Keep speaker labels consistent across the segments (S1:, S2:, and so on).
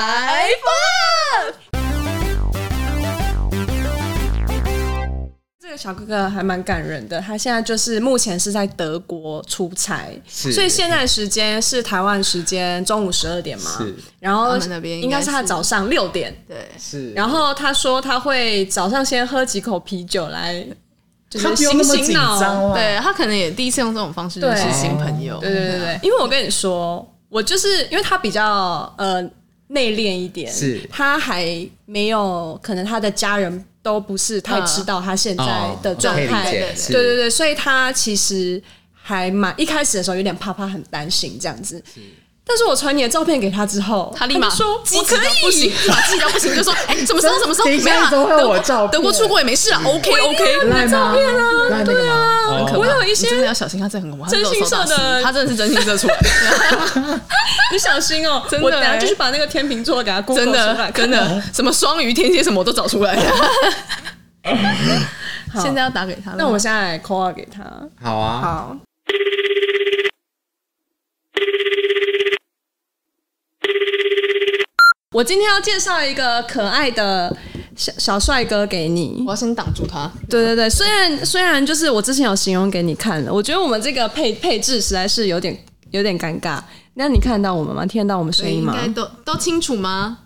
S1: Five Up。
S2: 这个小哥哥还蛮感人的，他现在就是目前是在德国出差，
S3: 是
S2: 所以现在时间是台湾时间中午十二点嘛
S3: 是，
S2: 然后
S1: 他们那边应
S2: 应
S1: 该
S2: 该是他
S1: 是
S2: 早上六点，
S1: 对，
S3: 是，
S2: 然后他说他会早上先喝几口啤酒来，就
S3: 他
S2: 是
S3: 不用那
S2: 醒
S3: 么紧
S2: 醒脑，
S3: 张哦啦，
S1: 对他可能也第一次用这种方式认识
S2: 对
S1: 新朋友，
S2: 对对对对，因为我跟你说，我就是因为他比较呃内敛一点，
S3: 是
S2: 他还没有可能他的家人都不是太知道他现在
S3: 哦
S2: 的状
S3: 可以理
S2: 态，
S3: 解
S1: 嗯对对
S3: 是
S2: 对对对，所以他其实还蛮一开始的时候有点怕怕，很担心这样子。但是我传你的照片给他之后，
S1: 他立马
S2: 就说
S1: 机
S2: 我
S1: 智
S2: 可
S1: 到不行
S2: 以，，
S1: 把自己到不行，就 说哎，什么时候什么时候
S3: 等一
S1: 没
S3: 下
S1: 有啦
S3: 怎么会有
S1: 德国
S3: 我照片
S1: 德国出国也没事啊 ，OK OK，
S3: 哎赖吗？赖那个吗？
S2: 啊
S3: 哦
S2: 我有一些
S1: 真的要小心，他这很恐怖，他是
S2: 真心
S1: 肉搜大
S2: 社的
S1: 师他真的是真心社出来的，
S2: 你小心哦、
S1: 真的
S2: 我等下
S1: 欸
S2: 就去把那个天秤座给他 Google
S1: 真
S2: 出
S1: 的
S2: 来
S1: 真的，什么双鱼、天蝎什么我都找出 来了。现在要打给他了，
S2: 那我们现在来 call out 给他。
S3: 好啊，
S2: 好，我今天要介绍一个可爱的小小帅哥给你
S1: 我。要先挡住他。
S2: 对对对，虽然虽然就是我之前有形容给你看了，我觉得我们这个配配置实在是有点有点尴尬。那你看得到我们吗？听得到我们声音
S1: 应
S2: 吗？
S1: 该都都清楚吗？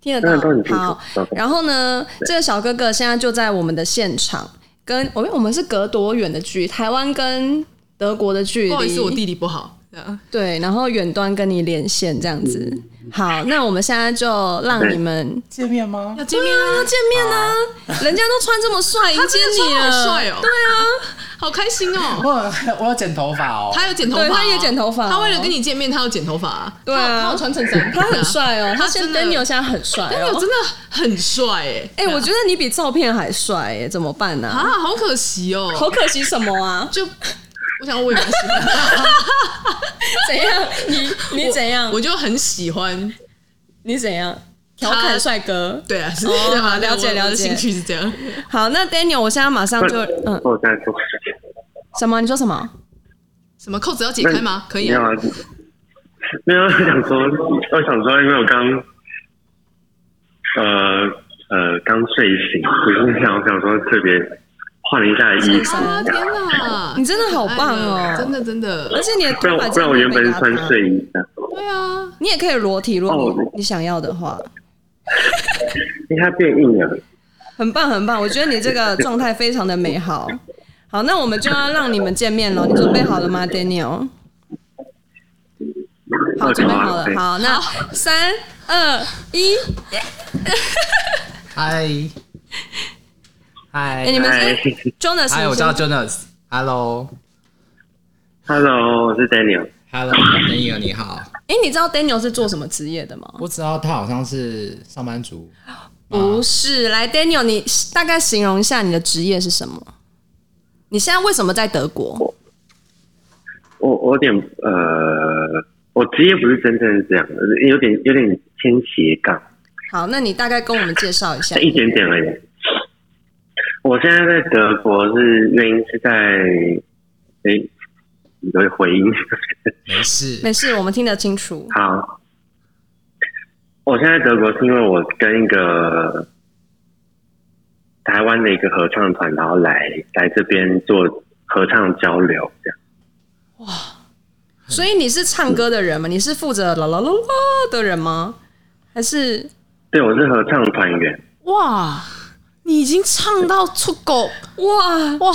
S2: 听得
S4: 当然都很
S2: 到。
S4: 清楚
S2: 好
S4: 都，懂
S2: 然后呢，这个小哥哥现在就在我们的现场，跟我们我们是隔多远的距离？台湾跟德国的距离？
S1: 不好意思，我地理不好。这样
S2: 对，啊然后远端跟你连线这样子。好，那我们现在就让你们
S3: 见面吗？
S1: 要见面啊，见面啊！
S2: 人家都穿这么帅迎接你
S1: 他真
S2: 了，
S1: 的穿好帅哦
S2: 对啊，
S1: 好开心哦！
S3: 我我要剪头发哦，
S1: 他有剪头发哦，
S2: 对他也剪头发哦
S1: 他为了跟你见面，他有剪头发啊，
S2: 对啊
S1: 他有他有穿衬衫，
S2: 他很 帅哦，
S1: 他
S2: 他现
S1: 真的
S2: 在你有现在很帅
S1: 对
S2: 哦
S1: 啊，但我。真的很帅哎！
S2: 哎、我觉得你比照片还帅哎，怎么办呢、啊？
S1: 啊，好可惜哦，？
S2: 好可惜什么啊
S1: 就我想 我也蛮喜欢，
S2: 怎样？你你怎样？
S1: 我就很喜欢。
S2: 你怎样？调侃帅哥。
S1: 对啊，是这样啊，
S2: 了解
S1: 我我的
S2: 了解
S1: 兴趣是这样。
S2: 好，那 Daniel，我现在马上就嗯，
S4: 我哦在说，
S2: 什么？你说什么？
S1: 什么扣子要解
S4: 那
S1: 开吗？可以
S4: 没有
S1: 啊，
S4: 啊，没有，我啊想说，我想说，因为我刚，呃呃，刚睡醒，就是想我想说特别换了一下衣服，
S1: 啊天哪，
S2: 你真的好棒哦
S1: 真的真
S2: 而
S1: 的，
S2: 且你的
S4: 不
S2: 头
S4: 然
S2: 发
S4: 我不然我原本是穿
S2: 睡。
S4: 睡衣的，
S1: 对啊，
S2: 你也可以裸体，如果
S4: 哦
S2: 你你想要的话，
S4: 因为它变硬了。
S2: 很棒很棒。我觉得你这 个状态非常的美好。好，那我们就要让你们见面了。你准备好了吗，Daniel？好，
S4: 啊
S2: 准备好了。好，那三二一，
S3: 嗨嗨
S2: 哎，你们
S4: 嗨
S2: 是 Jonas，
S3: 嗨，我
S2: 你
S3: 叫
S2: 先
S3: Jonas，Hello，Hello，
S4: ，Hello，我是 Daniel，
S3: 朋友你好，
S2: 哎，你知道 Daniel 是做什么职业的吗？
S3: 我知道他好像是上班族，
S2: 不是，来，Daniel，你大概形容一下你的职业是什么？你现在为什么在德国？
S4: 我我有点呃，我职业不是真正是这样的，有点有点偏斜杠。
S2: 好，那你大概跟我们介绍一下。
S4: 一点点而已。我现在在德国是原因是在，诶，有点回音。
S3: 没事，
S2: 没事，我们听得清楚。
S4: 好，我现在在德国是因为我跟一个台湾的一个合唱团，然后来来这边做合唱交流，这样
S2: 所以你是唱歌的人吗？你是负责啦啦啦啦的人吗？还是
S4: 对，我是合唱团员。
S1: 哇，你已经唱到出狗
S2: 哇？
S1: 哇！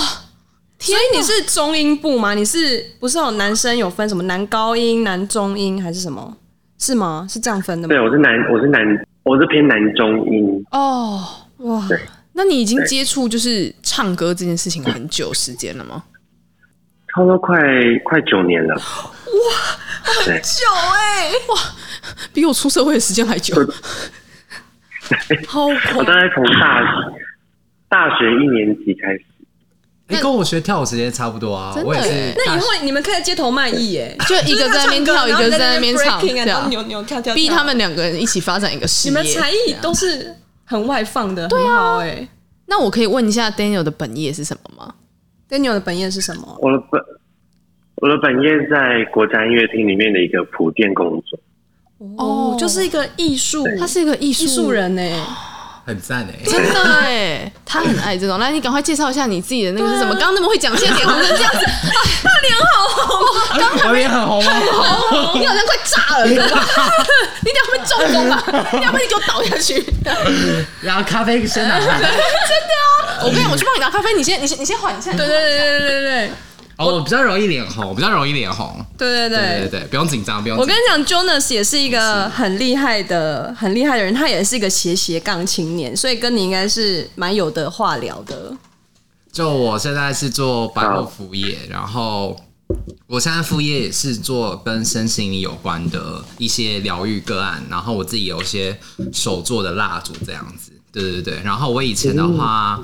S2: 所以你是中音部吗？你是不是有男生有分什么男高音、男中音还是什么？是吗？是这样分的吗
S4: 对，？我是男，我是男，我是偏男中音。
S1: 哦，
S2: 哇，
S1: 那你已经接触就是唱歌这件事情很久时间了吗？
S4: 差不多快快九年了，
S2: 久哎、
S1: 比我出社会的时间还久，
S2: 呃
S1: 好
S4: 我
S1: 狂！
S4: 大概从大大学一年级开始。
S3: 你跟我学跳舞时间差不多啊
S1: 真，的
S3: 我也
S1: 耶
S3: 是大
S2: 那以后
S3: 学，
S2: 你们可以在街头卖艺 耶、
S1: 就一个在那边跳，一个在那边唱，这
S2: breaking 啊然后
S1: 样
S2: 扭扭跳跳，
S1: 逼他
S2: 们。
S1: 们两个人一起发展一个事
S2: 你
S1: 业。
S2: 们才艺都是很外放的，很
S1: 啊
S2: 好哎、
S1: 那我可以问一下 Daniel 的本业是什么吗？
S2: Daniel 的本业是什么？
S4: 我的本我的本业在国家音乐厅里面的一个普店工作，
S2: 哦，就是一个艺术，
S1: 他是一个
S2: 嗯
S1: 艺
S2: 艺术
S1: 术，
S2: 人欸呢、
S3: 很赞哎、
S1: 真的哎，他很爱这种。来，你赶快介绍一下你自己的那个是什么？刚刚那么会讲，现在脸红成 这样子，
S3: 我脸很 红吗？
S1: 哦你好像快炸了，你等下会中风吧？你要不然你给我倒下去。
S3: 然后咖啡先啊拿上来。
S1: 我跟你讲，我去帮你拿咖啡，你先，你先，你先缓一下。
S2: 对对对对对对
S3: 哦，我比较容易脸红，我比较容易脸红。
S2: 对对
S3: 对
S2: 对
S3: 对对，不用紧张，不用
S2: 我
S3: 紧
S2: 跟
S3: 张。
S2: 你讲，Jonas 也是一个很厉害的、很厉害的人，他也是一个斜斜杠青年，所以跟你应该是蛮有的话聊的。
S3: 就我现在是做百货
S4: 好
S3: 服务业，然后我现在副业也是做跟身心灵有关的一些疗愈个案，然后我自己有一些手做的蜡烛这样子。对对对，然后我以前的话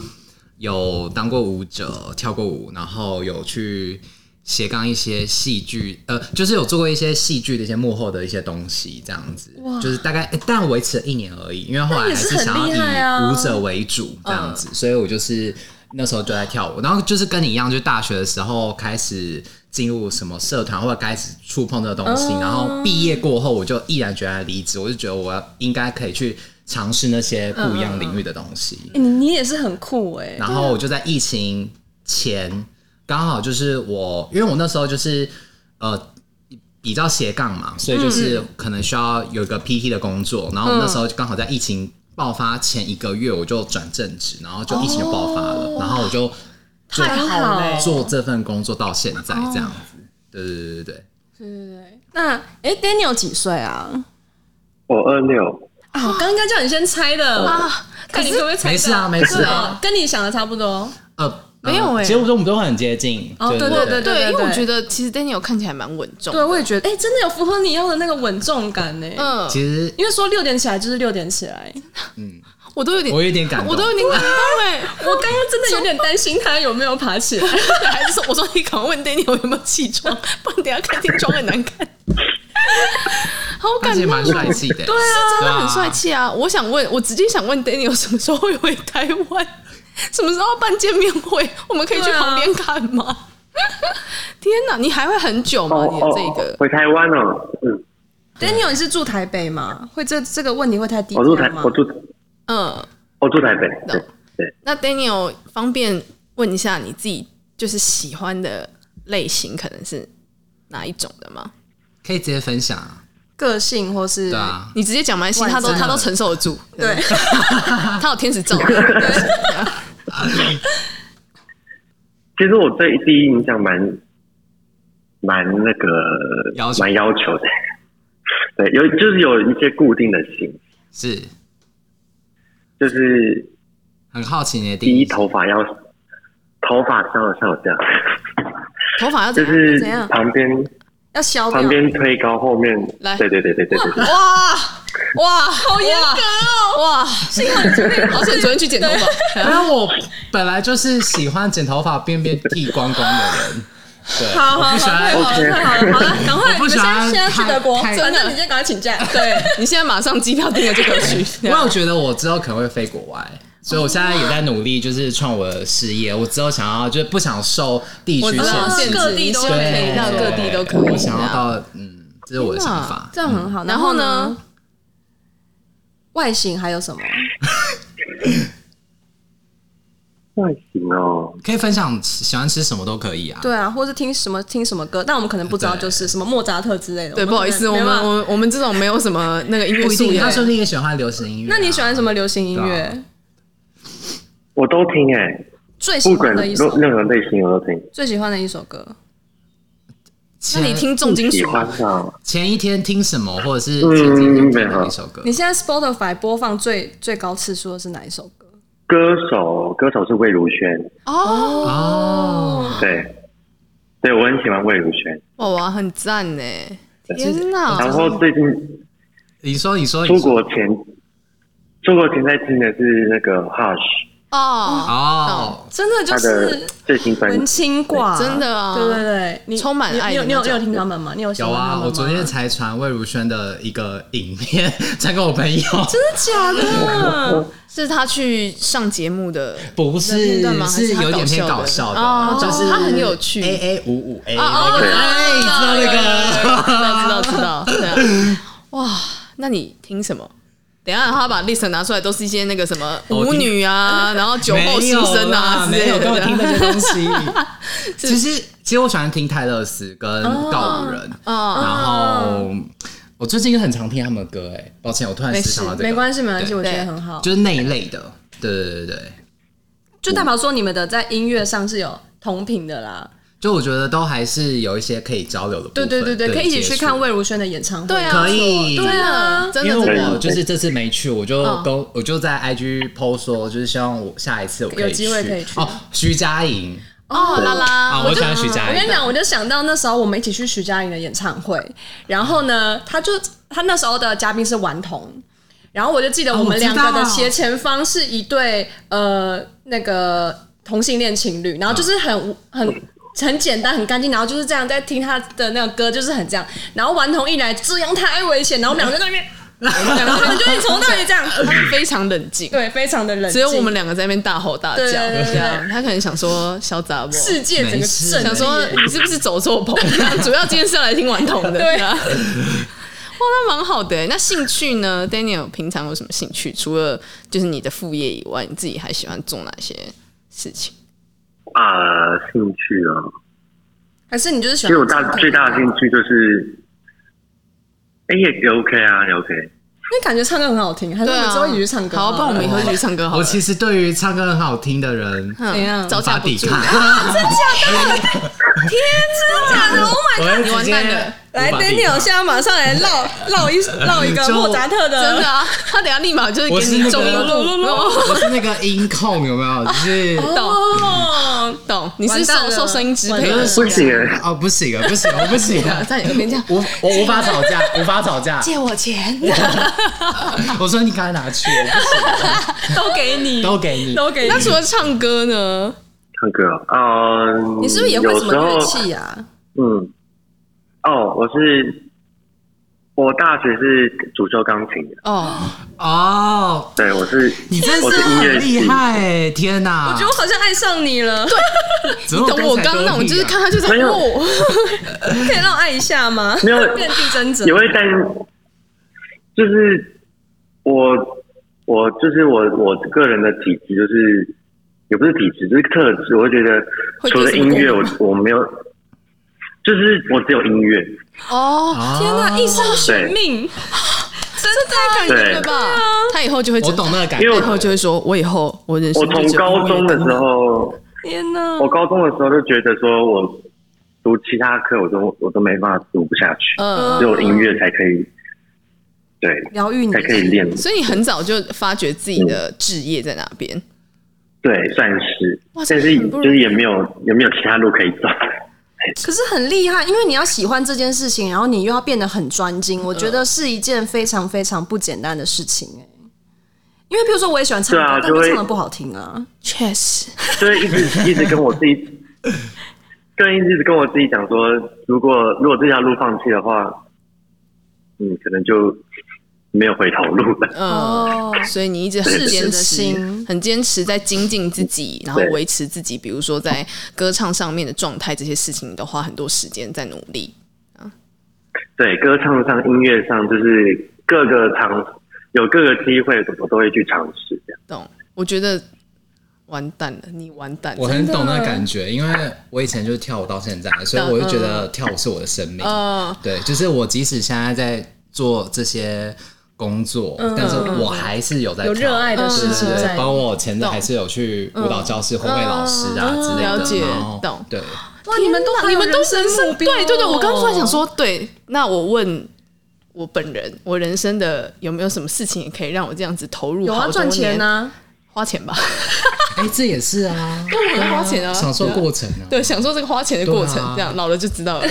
S3: 有当过舞者，跳过舞，然后有去斜杠一些戏剧，呃，就是有做过一些戏剧的一些幕后的一些东西，这样子，就是大概，诶但维持了一年而已，因为后
S2: 那
S3: 来
S2: 也
S3: 还
S2: 是
S3: 是
S2: 很
S3: 想要
S2: 厉害啊
S3: 以舞者为主这样子，所以我就是那时候就在跳舞，然后就是跟你一样，就大学的时候开始进入什么社团或者开始触碰这个东西，然后毕业过后我就毅然决然离职，我就觉得我要应该可以去尝试那些不一样领域的东西，
S2: 欸你你也是很酷哎、
S3: 然后我就在疫情前刚好就是我，因为我那时候就是呃比较斜杠嘛，所以就是可能需要有一个 PT 的工作，然后我那时候就刚好在疫情爆发前一个月我就转正职，然后就疫情就爆发了，然后我就就
S2: 太好了
S3: 做这份工作到现在这样子，对对对对对。
S2: 那哎、欸 d a n i e l 几岁啊？
S4: 我二六，
S2: 啊，我刚刚叫你先猜的啊，看你可不可以猜到
S3: 没事啊没事啊，
S2: 对跟你想的差不多。
S3: 呃，
S1: 没有
S3: 呃
S1: 欸
S3: 其实我们都很接近。
S2: 哦对对对
S1: 对，因为我
S2: 对
S1: 觉得其实 Daniel 看起来蛮稳重。
S2: 对，我也觉得，哎、真的有符合你要的那个稳重感呢、
S1: 嗯，
S3: 其实
S2: 因为说六点起来就是六点起来，
S1: 我都有点，
S3: 我有点感动
S1: 我都有点感动哎。
S2: 我刚刚真的有点担心他有没有爬起 来。
S1: 还是说，我说你赶快问 Daniel 有没有起床， 不然等一下看天窗很难看。好
S3: 而
S1: 感
S3: 且
S1: 动
S3: 蛮
S1: 哦，
S3: 帅气的，对
S1: 是
S3: 啊
S1: 真的很帅。气啊！我想问，我直接想问 Daniel 什么时候会回台湾？ 什么时候要办见面会？我们可以去
S2: 对啊
S1: 旁边看吗？ 天哪，你还会很久吗？
S4: 哦
S1: 你的
S4: 哦
S1: 这，个
S4: 哦回台湾哦，嗯，
S2: Daniel，你是住台北吗？会这这个问题会太低
S4: 我住台
S2: 调，吗
S4: 我？住，
S1: 嗯，
S4: 我住台北，
S1: 那
S4: 对对，
S1: 那 Daniel 方便问一下你自己就是喜欢的类型可能是哪一种的吗？
S3: 可以直接分享啊，
S2: 个性或是
S3: 对啊。
S1: 你直接讲蛮细，
S2: 哇
S1: 他都
S3: 真的
S1: 他都承受得住，
S2: 对，
S1: 他有天使 照。
S4: 其实我对第一印象蛮蛮那个
S3: 要求
S4: 蛮要求的， 对，有就是有一些固定的型，
S3: 是
S4: 就是
S3: 很好奇你的第
S4: 第一
S3: 一
S4: 头发要头发像像我 这样，
S1: 头发要怎
S4: 就
S1: 样？
S4: 是
S2: 怎样
S4: 旁边
S2: 要消掉
S4: 旁。边推高，后面
S1: 来
S4: 对对对对对对 对，
S1: 哇哇，好
S2: 严格
S1: 哦！哇，幸好你昨天，好像你昨天去剪头发。
S3: 因为我本来就是喜欢剪头发边边剃光光的 人，对，
S2: 好
S3: 我
S2: 好
S3: 不喜
S2: 好，太
S3: 欢
S2: 好了，
S4: OK
S2: 太好了，好了， 赶快，
S3: 我
S2: 你
S3: 不
S2: 们
S3: 喜
S2: 现在
S3: 欢
S2: 现在去
S3: 太
S2: 德国，
S3: 太
S2: 反正你先赶快请 假。
S1: 对你现在马上机票订了就给我
S3: 我
S1: 去。
S3: 有觉得我之后可能会飞国外，所以我现在也在努力，就是创我的事业。我之后想要就是不想受地
S1: 我
S3: 区
S1: 知道
S3: 限
S1: 限
S3: 制，
S2: 各地都
S1: 都可
S2: 可以
S1: 以，
S3: 对，
S1: 到各地都可以。
S3: 我想要到，嗯，这是我的想法。
S2: 这样很好。
S1: 然
S2: 然
S1: 后
S2: 后
S1: 呢
S2: 呢？？外形还有什么？
S4: 外形哦，
S3: 可以分享喜欢吃什么都可以啊。
S2: 对啊，或是听什么听什么歌，但我们可能不知道，
S3: 对
S2: 就是什么莫扎特之类的。
S1: 对，
S2: 我们
S1: 不好意思，
S2: 可
S1: 我
S2: 能没
S1: 们
S2: 办法
S1: 我我们这种没有什么那个音乐
S3: 不一
S1: 素
S3: 定，他
S1: 养。
S3: 说不定也喜欢流行音乐啊。
S2: 那你喜欢什么流行音
S3: 对
S2: 乐
S3: 啊？
S4: 我都听哎、
S2: 最喜
S4: 不管
S2: 欢的一首
S4: 任，任何类型我都听，
S2: 最喜欢的一首歌。
S1: 那
S3: 前？
S1: 你听重金
S4: 喜
S1: 属
S4: 欢
S1: 吗？
S4: 上
S3: 前一天听什么，或者是前几天听
S4: 嗯没
S3: 的
S4: 有
S3: 一首歌？
S2: 你现在 Spotify 播放最最高次数的是哪一首歌？
S4: 歌手，歌手是魏如萱，
S1: 哦，
S3: 哦，
S2: 啊
S4: 对，对我很喜欢魏如萱。
S1: 哇哇，很赞呢！天
S2: 啊
S4: 然
S1: 哪！
S4: 后最近
S2: 嗯
S3: 你说，你说，
S4: 出
S3: 你说
S4: 国前，出国前在听的是那个 Hush
S1: 哦，
S3: 哦，
S2: 真的就
S4: 他的
S2: 是
S4: 最新专
S2: 文
S4: 辑，
S2: 青挂，
S1: 真的啊
S2: 对对对，你
S1: 充满爱
S2: 你
S1: 的
S2: 有你有
S1: 那
S2: 你
S1: 种
S2: 有听他们吗？你有喜欢
S3: 有
S2: 他们
S3: 啊，
S2: 吗
S3: 我昨天才传魏如萱的一个影片，传给我朋友。
S2: 真的假的？
S1: 是他去上节目的
S3: 不是
S1: 片段吗，还是
S3: 是
S1: 他
S3: 有点偏搞
S1: 搞
S3: 笑
S1: 笑的
S3: 的，
S1: 哦
S3: 就是
S1: 他很有趣
S3: A A 五五 A
S1: 哦
S3: 那
S1: 哦
S3: 个，
S1: 对
S3: 哎，你知道那
S1: 知
S3: 个？
S1: 道知道知道，对啊，哇，那你听什么？等一下，他把 list 拿出来，都是一些那个什么
S3: 哦
S1: 舞女啊，然后酒后
S3: 没
S1: 心
S3: 有
S1: 声啊
S3: 啦
S1: 之
S3: 没
S1: 类
S3: 有，
S1: 的。
S3: 跟我听这些东西。其实，其实我喜欢听泰勒斯跟告五人，
S1: 哦，
S3: 然后我最近也很常听他们的歌，哎，抱歉，我突然
S1: 没
S3: 只
S1: 事
S3: 想到这个，
S2: 没关系，没关系，
S3: 对
S2: 我觉得
S1: 对
S2: 很好。
S3: 就是那一类的，对对对对，
S2: 就代表说你们的在音乐上是有同频的啦。
S3: 就我觉得都还是有一些可以交流的部
S2: 对
S3: 分，
S2: 对对对，可以一起去看
S3: 魏，
S2: 魏如萱的演唱会。
S1: 对啊，
S3: 可以
S1: 对啊，真的
S3: 因
S1: 真
S3: 为
S1: 的
S3: 我就是这次没去，我就
S2: 嗯
S3: 跟我就在 IG post 说，就是希望我下一次我可以
S2: 有机会可以去
S3: 哦，徐佳莹
S1: 哦，啦啦，
S3: 啊，我喜欢徐佳
S2: 我
S3: 莹
S2: 跟你。讲，我就想到那时候我们一起去徐佳莹的演唱会，然后呢，他就他那时候的嘉宾是顽童，然后我就记得
S3: 哦
S2: 我们
S3: 我
S2: 两
S3: 知道
S2: 个的斜前方是一对呃那个同性恋情侣，然后就是很、很。很简单，很干净，然后就是这样在听他的那个歌，就是很这样。然后顽童一来，这样太危险，然后我们两个在那边，我们两个他们就一直从那里这样，
S1: 他们非常冷静，
S2: 对，非常的冷静。
S1: 只有我们两个在那边大吼大叫，
S2: 对对对对
S1: 这样他可能想说小杂波，
S2: 世界整个震
S1: 想说你是不是走错棚？主要今天是要来听顽童的，
S2: 对
S1: 啊。哇，那蛮好的欸。那兴趣呢？Daniel 平常有什么兴趣？除了就是你的副业以外，你自己还喜欢做哪些事情？
S4: 啊，兴趣啊，
S2: 还是你就是喜
S4: 其
S2: 欢
S4: 实我
S2: 看
S4: 大
S2: 看？
S4: 最大的兴趣就是，哎、也也 OK 啊，也 OK。
S2: 因为感觉唱歌很好听，还是
S1: 对
S2: 我们
S1: 啊，
S2: 之后一起去唱歌了？
S1: 好，不然我们以后一起去唱歌好
S3: 我
S1: 了。
S3: 其实对于唱歌很好听的人，
S1: 嗯
S2: 怎样
S1: 招
S3: 无
S1: 架
S3: 法
S1: 不
S3: 抵
S1: 住。
S3: 抗，
S2: 真的 假的？Oh my！
S3: 我会
S1: 你完
S3: 直接
S1: 蛋了
S2: 来
S3: 无法抵
S2: ，Daniel，
S3: 抗
S2: 现在马上来唠唠 一唠一个
S3: 就
S2: 莫扎特的，
S1: 真的啊，他等一下立马就是
S3: 我
S1: 给
S3: 是
S1: 你
S3: 那
S1: 中音
S3: 个
S1: 录，
S3: 我是那个音控有没有？就是
S2: 哦。
S1: 懂？你是受
S2: 完蛋了
S1: 受声音支配
S2: 完
S1: 的
S2: 蛋，
S4: 不行哎、
S3: 哦，不行了，不行了，我不行啊了，
S1: 在你耳边这样
S3: 无我无法吵架，无法吵架。
S1: 借我钱，
S3: 我说你赶快拿去，我不行
S2: 都给你，
S3: 都给你。
S2: 都给你
S1: 那。除了唱歌呢？
S4: 唱歌啊，嗯，
S2: 你是不是也会
S4: 有
S2: 什么
S4: 时候
S2: 乐器啊？
S4: 嗯，哦，我是我大学是主修钢琴的，
S1: 哦，
S3: 哦，
S4: 对我是
S3: 你真
S4: 我
S3: 是
S4: 是音乐
S3: 很
S4: 系
S3: 厉，害欸！天哪，
S2: 我觉得我好像爱上你了，对，
S3: 怎
S1: 你
S3: 么
S1: 懂我刚刚那种，就是看他就在
S4: 没有
S1: 哦，
S2: 可以让我爱一下吗？
S4: 没有
S2: 变竞争者
S4: 也，会担，就是我我就是我我个人的体质就是也不是体质，就是特质，我会觉得
S1: 会
S4: 除
S1: 对
S4: 了
S1: 什么
S4: 音乐，
S1: 功
S4: 我我没有，就是我只有音乐，
S1: 哦，
S2: 天哪，一生悬 命，
S1: 啊
S2: 真的感啊
S4: 对
S1: 对啊吧？他以后就会知
S3: 我懂那个感觉
S4: 因为
S1: 以后就会说，我以后我人生
S4: 我从
S1: 就只有
S4: 高中的时候。
S2: 天哪！
S4: 我高中的时候就觉得说，我读其他课我都我都没办法读不下去，
S1: 嗯，
S4: 只有音乐才可以，对，
S2: 疗愈你
S4: 才，可以练，
S1: 所以你很早就发觉自己的置业在哪边，
S4: 对，算是
S1: 哇，这
S4: 但是
S1: 很不容易
S4: 就是也没有也没有其他路可以走，
S2: 可是很厉害，因为你要喜欢这件事情，然后你又要变得很专精，
S4: 嗯
S2: 我觉得是一件非常非常不简单的事情哎、因为比如说我也喜欢唱歌，
S4: 对啊
S2: 但
S4: 就
S2: 我
S4: 会
S2: 唱的不好听啊。
S1: 确实，
S4: 就是一直一直跟我自己， 跟一直跟我自己讲说，如果如果这条路放弃的话，嗯，可能就没有回头路了，
S1: 嗯
S2: 哦，
S1: 所以你一直很
S2: 适时
S1: 坚
S2: 的
S1: 持
S2: 心，
S1: 很坚持在精进自己，然后
S4: 对
S1: 维持自己，比如说在歌唱上面的状态，这些事情你都花很多时间在努力。
S4: 对，歌唱上、音乐上，就是各个尝有各个机会，我都会去尝试这样。
S1: 懂？我觉得完蛋了，你完蛋
S3: 我
S1: 了。
S3: 很懂那个感觉，因为我以前就是跳舞到现在，所以我就觉得跳舞是我的生命。
S1: 嗯，
S3: 对，就是我即使现在在做这些工作，
S1: 嗯
S3: 但是我还是有在
S2: 有热爱的
S3: 事
S2: 事
S3: 情
S2: 情在
S3: 包括我前阵还是有去
S1: 嗯
S3: 舞蹈教室、烘焙老师啊之类的。
S1: 了解
S3: 然后
S1: 懂
S3: 对，
S2: 哇，你们都
S1: 你们都人生
S2: 目标哦、
S1: 对对对，我刚刚突然想说，对，那我问我本人，我人生的有没有什么事情也可以让我这样子投入
S2: 有
S1: 好
S2: 啊，
S1: 多
S2: 赚钱
S1: 年？
S2: 呢、
S1: 花 钱吧，
S3: 哎，这也是 啊，
S1: 我要花钱啊，
S3: 享受过程啊。
S1: 对，享受这个花钱的过程
S3: 对啊，
S1: 这样老了就 知道了。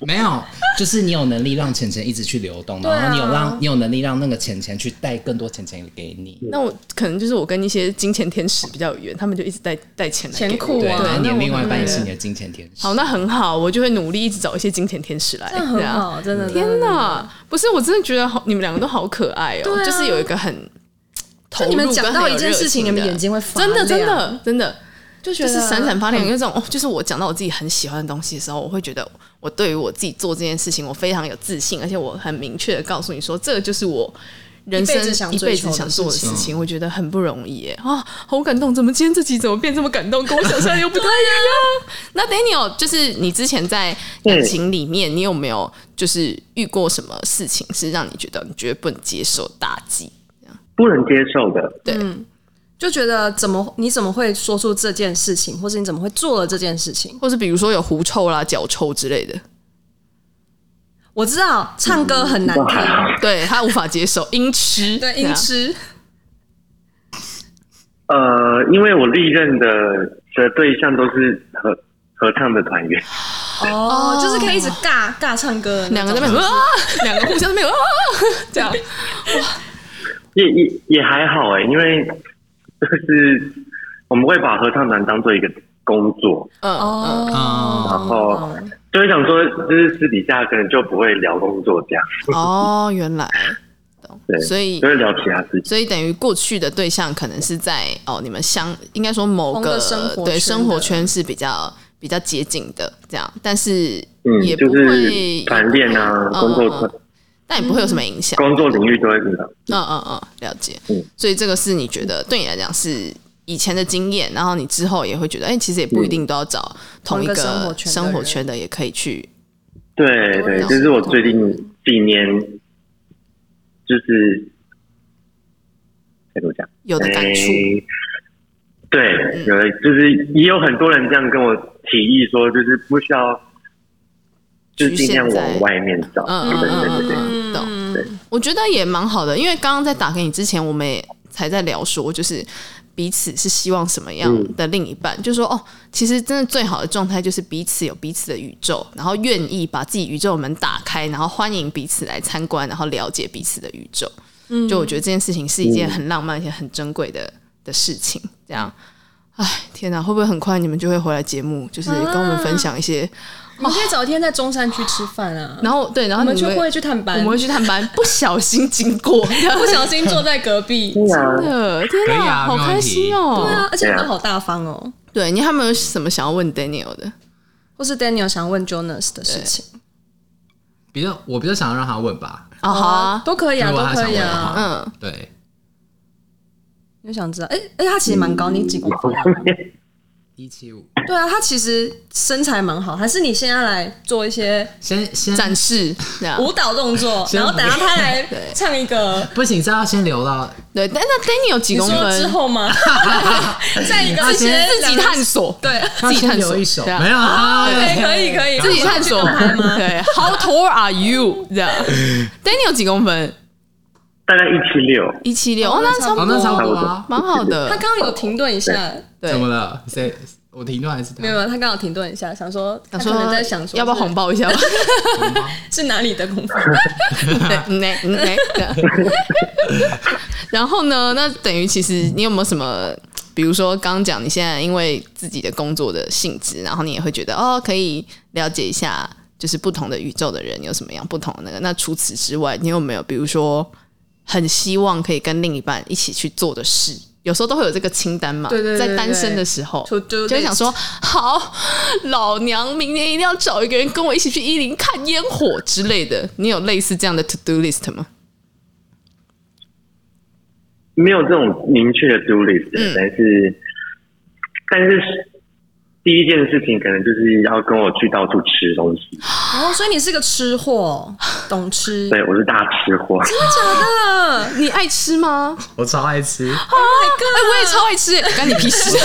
S3: 没有，就是你有能力让钱钱一直去流动，
S2: 啊
S3: 然后你有让你有能力让那个钱钱去带更多钱钱给你。
S1: 那我可能就是我跟一些金钱天使比较有缘，他们就一直带带钱来给我
S2: 钱库啊
S3: 对，
S2: 哇
S3: 然后你的
S1: 那我
S3: 另外一半也
S1: 明白
S3: 是
S1: 了
S3: 你的金钱天使。
S1: 好，那很好，我就会努力一直找一些金钱天使来，
S2: 这样
S1: 对
S2: 很
S1: 啊
S2: 好，真的。
S1: 天哪，不是，我真的觉得好，你们两个都好可爱哦、
S2: 对啊
S1: 就是有一个很投
S2: 就
S1: 入
S2: 你们
S1: 跟很有热情的，
S2: 啊讲到一件事情你们眼睛会发
S1: 真的
S2: 亮
S1: 真的真的。
S2: 就觉
S1: 就
S2: 得
S1: 是闪闪发亮，有一种哦，就是我讲到我自己很喜欢的东西的时候，我会觉得我对于我自己做这件事情，我非常有自信，而且我很明确的告诉你说，这个就是我人生
S2: 一辈子想
S1: 一辈
S2: 追
S1: 子
S2: 求的
S1: 想做的
S2: 事
S1: 事
S2: 情
S1: 情，我觉得很不容易耶啊，好感动！怎么今天这集怎么变这么感动，跟我想象的又不太一样？ 那 Daniel，就是你之前在感情里面，你有没有就是遇过什么事情是让你觉得你绝对不能接受打击？
S4: 不能接受的。
S1: 对，
S2: 就觉得怎么你怎么会说出这件事情，或是你怎么会做了这件事情？
S1: 或是比如说有狐臭啦、脚臭之类的，
S2: 我知道唱歌很难
S4: 那
S2: 听
S4: 还，好。
S1: 对他无法接受，音痴，
S2: 对，
S1: 啊
S2: 音痴，
S4: 呃，因为我历任的的对象都是合合唱的团员，
S2: 哦，就是可以一直尬尬唱歌的那种，
S1: 两个在那边啊， 两个互相在那边啊， 这样
S4: 也也也还好哎、因为就是我们会把合唱团当做一个工作，
S1: 嗯嗯，
S2: 哦，
S4: 然后就会想说，就是私底下可能就不会聊工作这样，
S1: 哦，原来，懂
S4: 对，
S1: 所以
S4: 就。会聊其他事情。
S1: 所以等于过去的对象可能是在哦，你们相应该说某
S2: 同
S1: 个
S2: 个生活圈
S1: 对
S2: 的
S1: 生活圈是比较比较接近的这样，但是
S4: 嗯
S1: 也，不
S4: 就
S1: 会
S4: 是团练啊，
S1: 嗯
S4: 工作、
S1: 嗯嗯但也不会有什么影响。
S4: 工作领域都会遇到。
S1: 嗯嗯嗯，了解
S4: 嗯。
S1: 所以这个是你觉得对你来讲是以前的经验，然后你之后也会觉得，哎、其实也不一定都要找同一
S2: 同一个生活
S1: 个
S2: 圈的
S1: 生活
S2: 人
S1: 圈的，也可以去。
S4: 对对，这是我最近几年就是该怎么讲？
S1: 有的感触。嗯
S4: 诶对，有的就是也有很多人这样跟我提议说，就是不需要，就
S1: 局
S4: 尽量
S1: 限在
S4: 往外面找。
S1: 嗯
S4: 对对对对对，
S1: 嗯懂
S4: 对
S1: 我觉得也蛮好的，因为刚刚在打给你之前，我们也才在聊说，就是彼此是希望什么样的另一半，就说哦，其实真的最好的状态就是彼此有彼此的宇宙，然后愿意把自己宇宙的门打开，然后欢迎彼此来参观，然后了解彼此的宇宙。
S2: 嗯
S1: 就我觉得这件事情是一件很浪漫、而且很珍贵的的事情。这样，哎，天哪，会不会很快你们就会回来节目，就是
S2: 啊
S1: 跟我们分享一些？
S2: 我们可以找一天在中山区吃饭啊，
S1: 然后对，然后
S2: 我
S1: 你
S2: 们就
S1: 们
S2: 会去探
S1: 我
S2: 班，
S1: 们会去探班，不小心经 过，这样
S2: 不小心坐在隔 壁。
S4: 对啊，
S1: 的天
S3: 可以
S1: 哪，
S3: 啊
S1: 好
S3: 没问
S1: 开心
S3: 题
S1: 哦！
S2: 对啊，而且他
S4: 对
S2: 们
S4: 啊
S2: 好大方哦。
S1: 对你还有没有什么想要问 Daniel 的？
S2: 或是 Daniel 想问 Jonas 的事情，
S3: 比较我比较想让他问吧，
S1: 啊好啊，
S2: 都可以啊，
S3: 如
S2: 都
S3: 果他
S2: 可
S3: 想
S2: 以
S3: 问的
S2: 啊。
S3: 话，
S1: 嗯，
S3: 对，
S2: 就想知道，哎、哎、他其实蛮高，你几公分啊？
S4: 嗯
S3: 一七五，
S2: 对啊，他其实身材蛮好，还是你现在来做一些
S3: 先先
S1: 展示这样。
S2: 舞蹈动 作，
S3: 先
S2: 然后等下他
S1: 啊对
S2: 来唱一个。
S3: 不行，这要先留到
S1: 对，但那 Daniel 几
S2: 你
S1: 公
S2: 说之
S1: 分？
S2: 后吗？ 再一个
S1: 自
S2: 一
S1: 己
S2: 些
S1: 自己探索，
S2: 对，
S3: 要
S1: 自己
S3: 先
S1: 探索
S3: 留一手，
S1: 对啊
S3: 没有啊？
S2: 对，哎可以可以，
S1: 自己探索
S2: 我们去公开吗？
S1: 对，How tall are you？这样 ，Daniel 几公分？
S4: 大概一七六，
S1: 一七六，哦，那差
S3: 好，
S1: 不
S3: 那差
S1: 多，
S3: 不多啊。
S1: 蛮好的。
S2: 他刚刚有停顿一下，
S1: 对
S3: 怎么了？谁？我停顿还是他
S2: 没有，没有他刚好停顿一下，想说，他
S1: 想
S2: 可
S1: 说
S2: 能在想说，
S1: 要不要红包一下 吧？
S2: 是哪里的 公分？
S1: 嗯嗯嗯嗯嗯然后呢？那等于其实你有没有什么？比如说，刚刚讲你现在因为自己的工作的性质，然后你也会觉得哦，可以了解一下，就是不同的宇宙的人有什么样不同的那个。那除此之外，你有没有比如说很希望可以跟另一半一起去做的事？有时候都会有这个清单嘛，
S2: 对对对
S1: 在单身
S2: 对
S1: 的时候，
S2: To do
S1: 就
S2: list
S1: 会想说，好，老娘明年一定要找一个人跟我一起去伊林看烟火之类的。你有类似这样的 to do list 吗？
S4: 没有这种明确的 do list，、但
S1: 嗯
S4: 是但是第一件事情可能就是要跟我去到处吃东西。
S2: 然后，哦所以你是个吃货，懂吃，
S4: 对，我是大吃 货，
S2: 真的
S1: 你爱吃 吗？
S3: 我超爱吃，
S1: 哎、我也超爱吃耶，干你 屁事！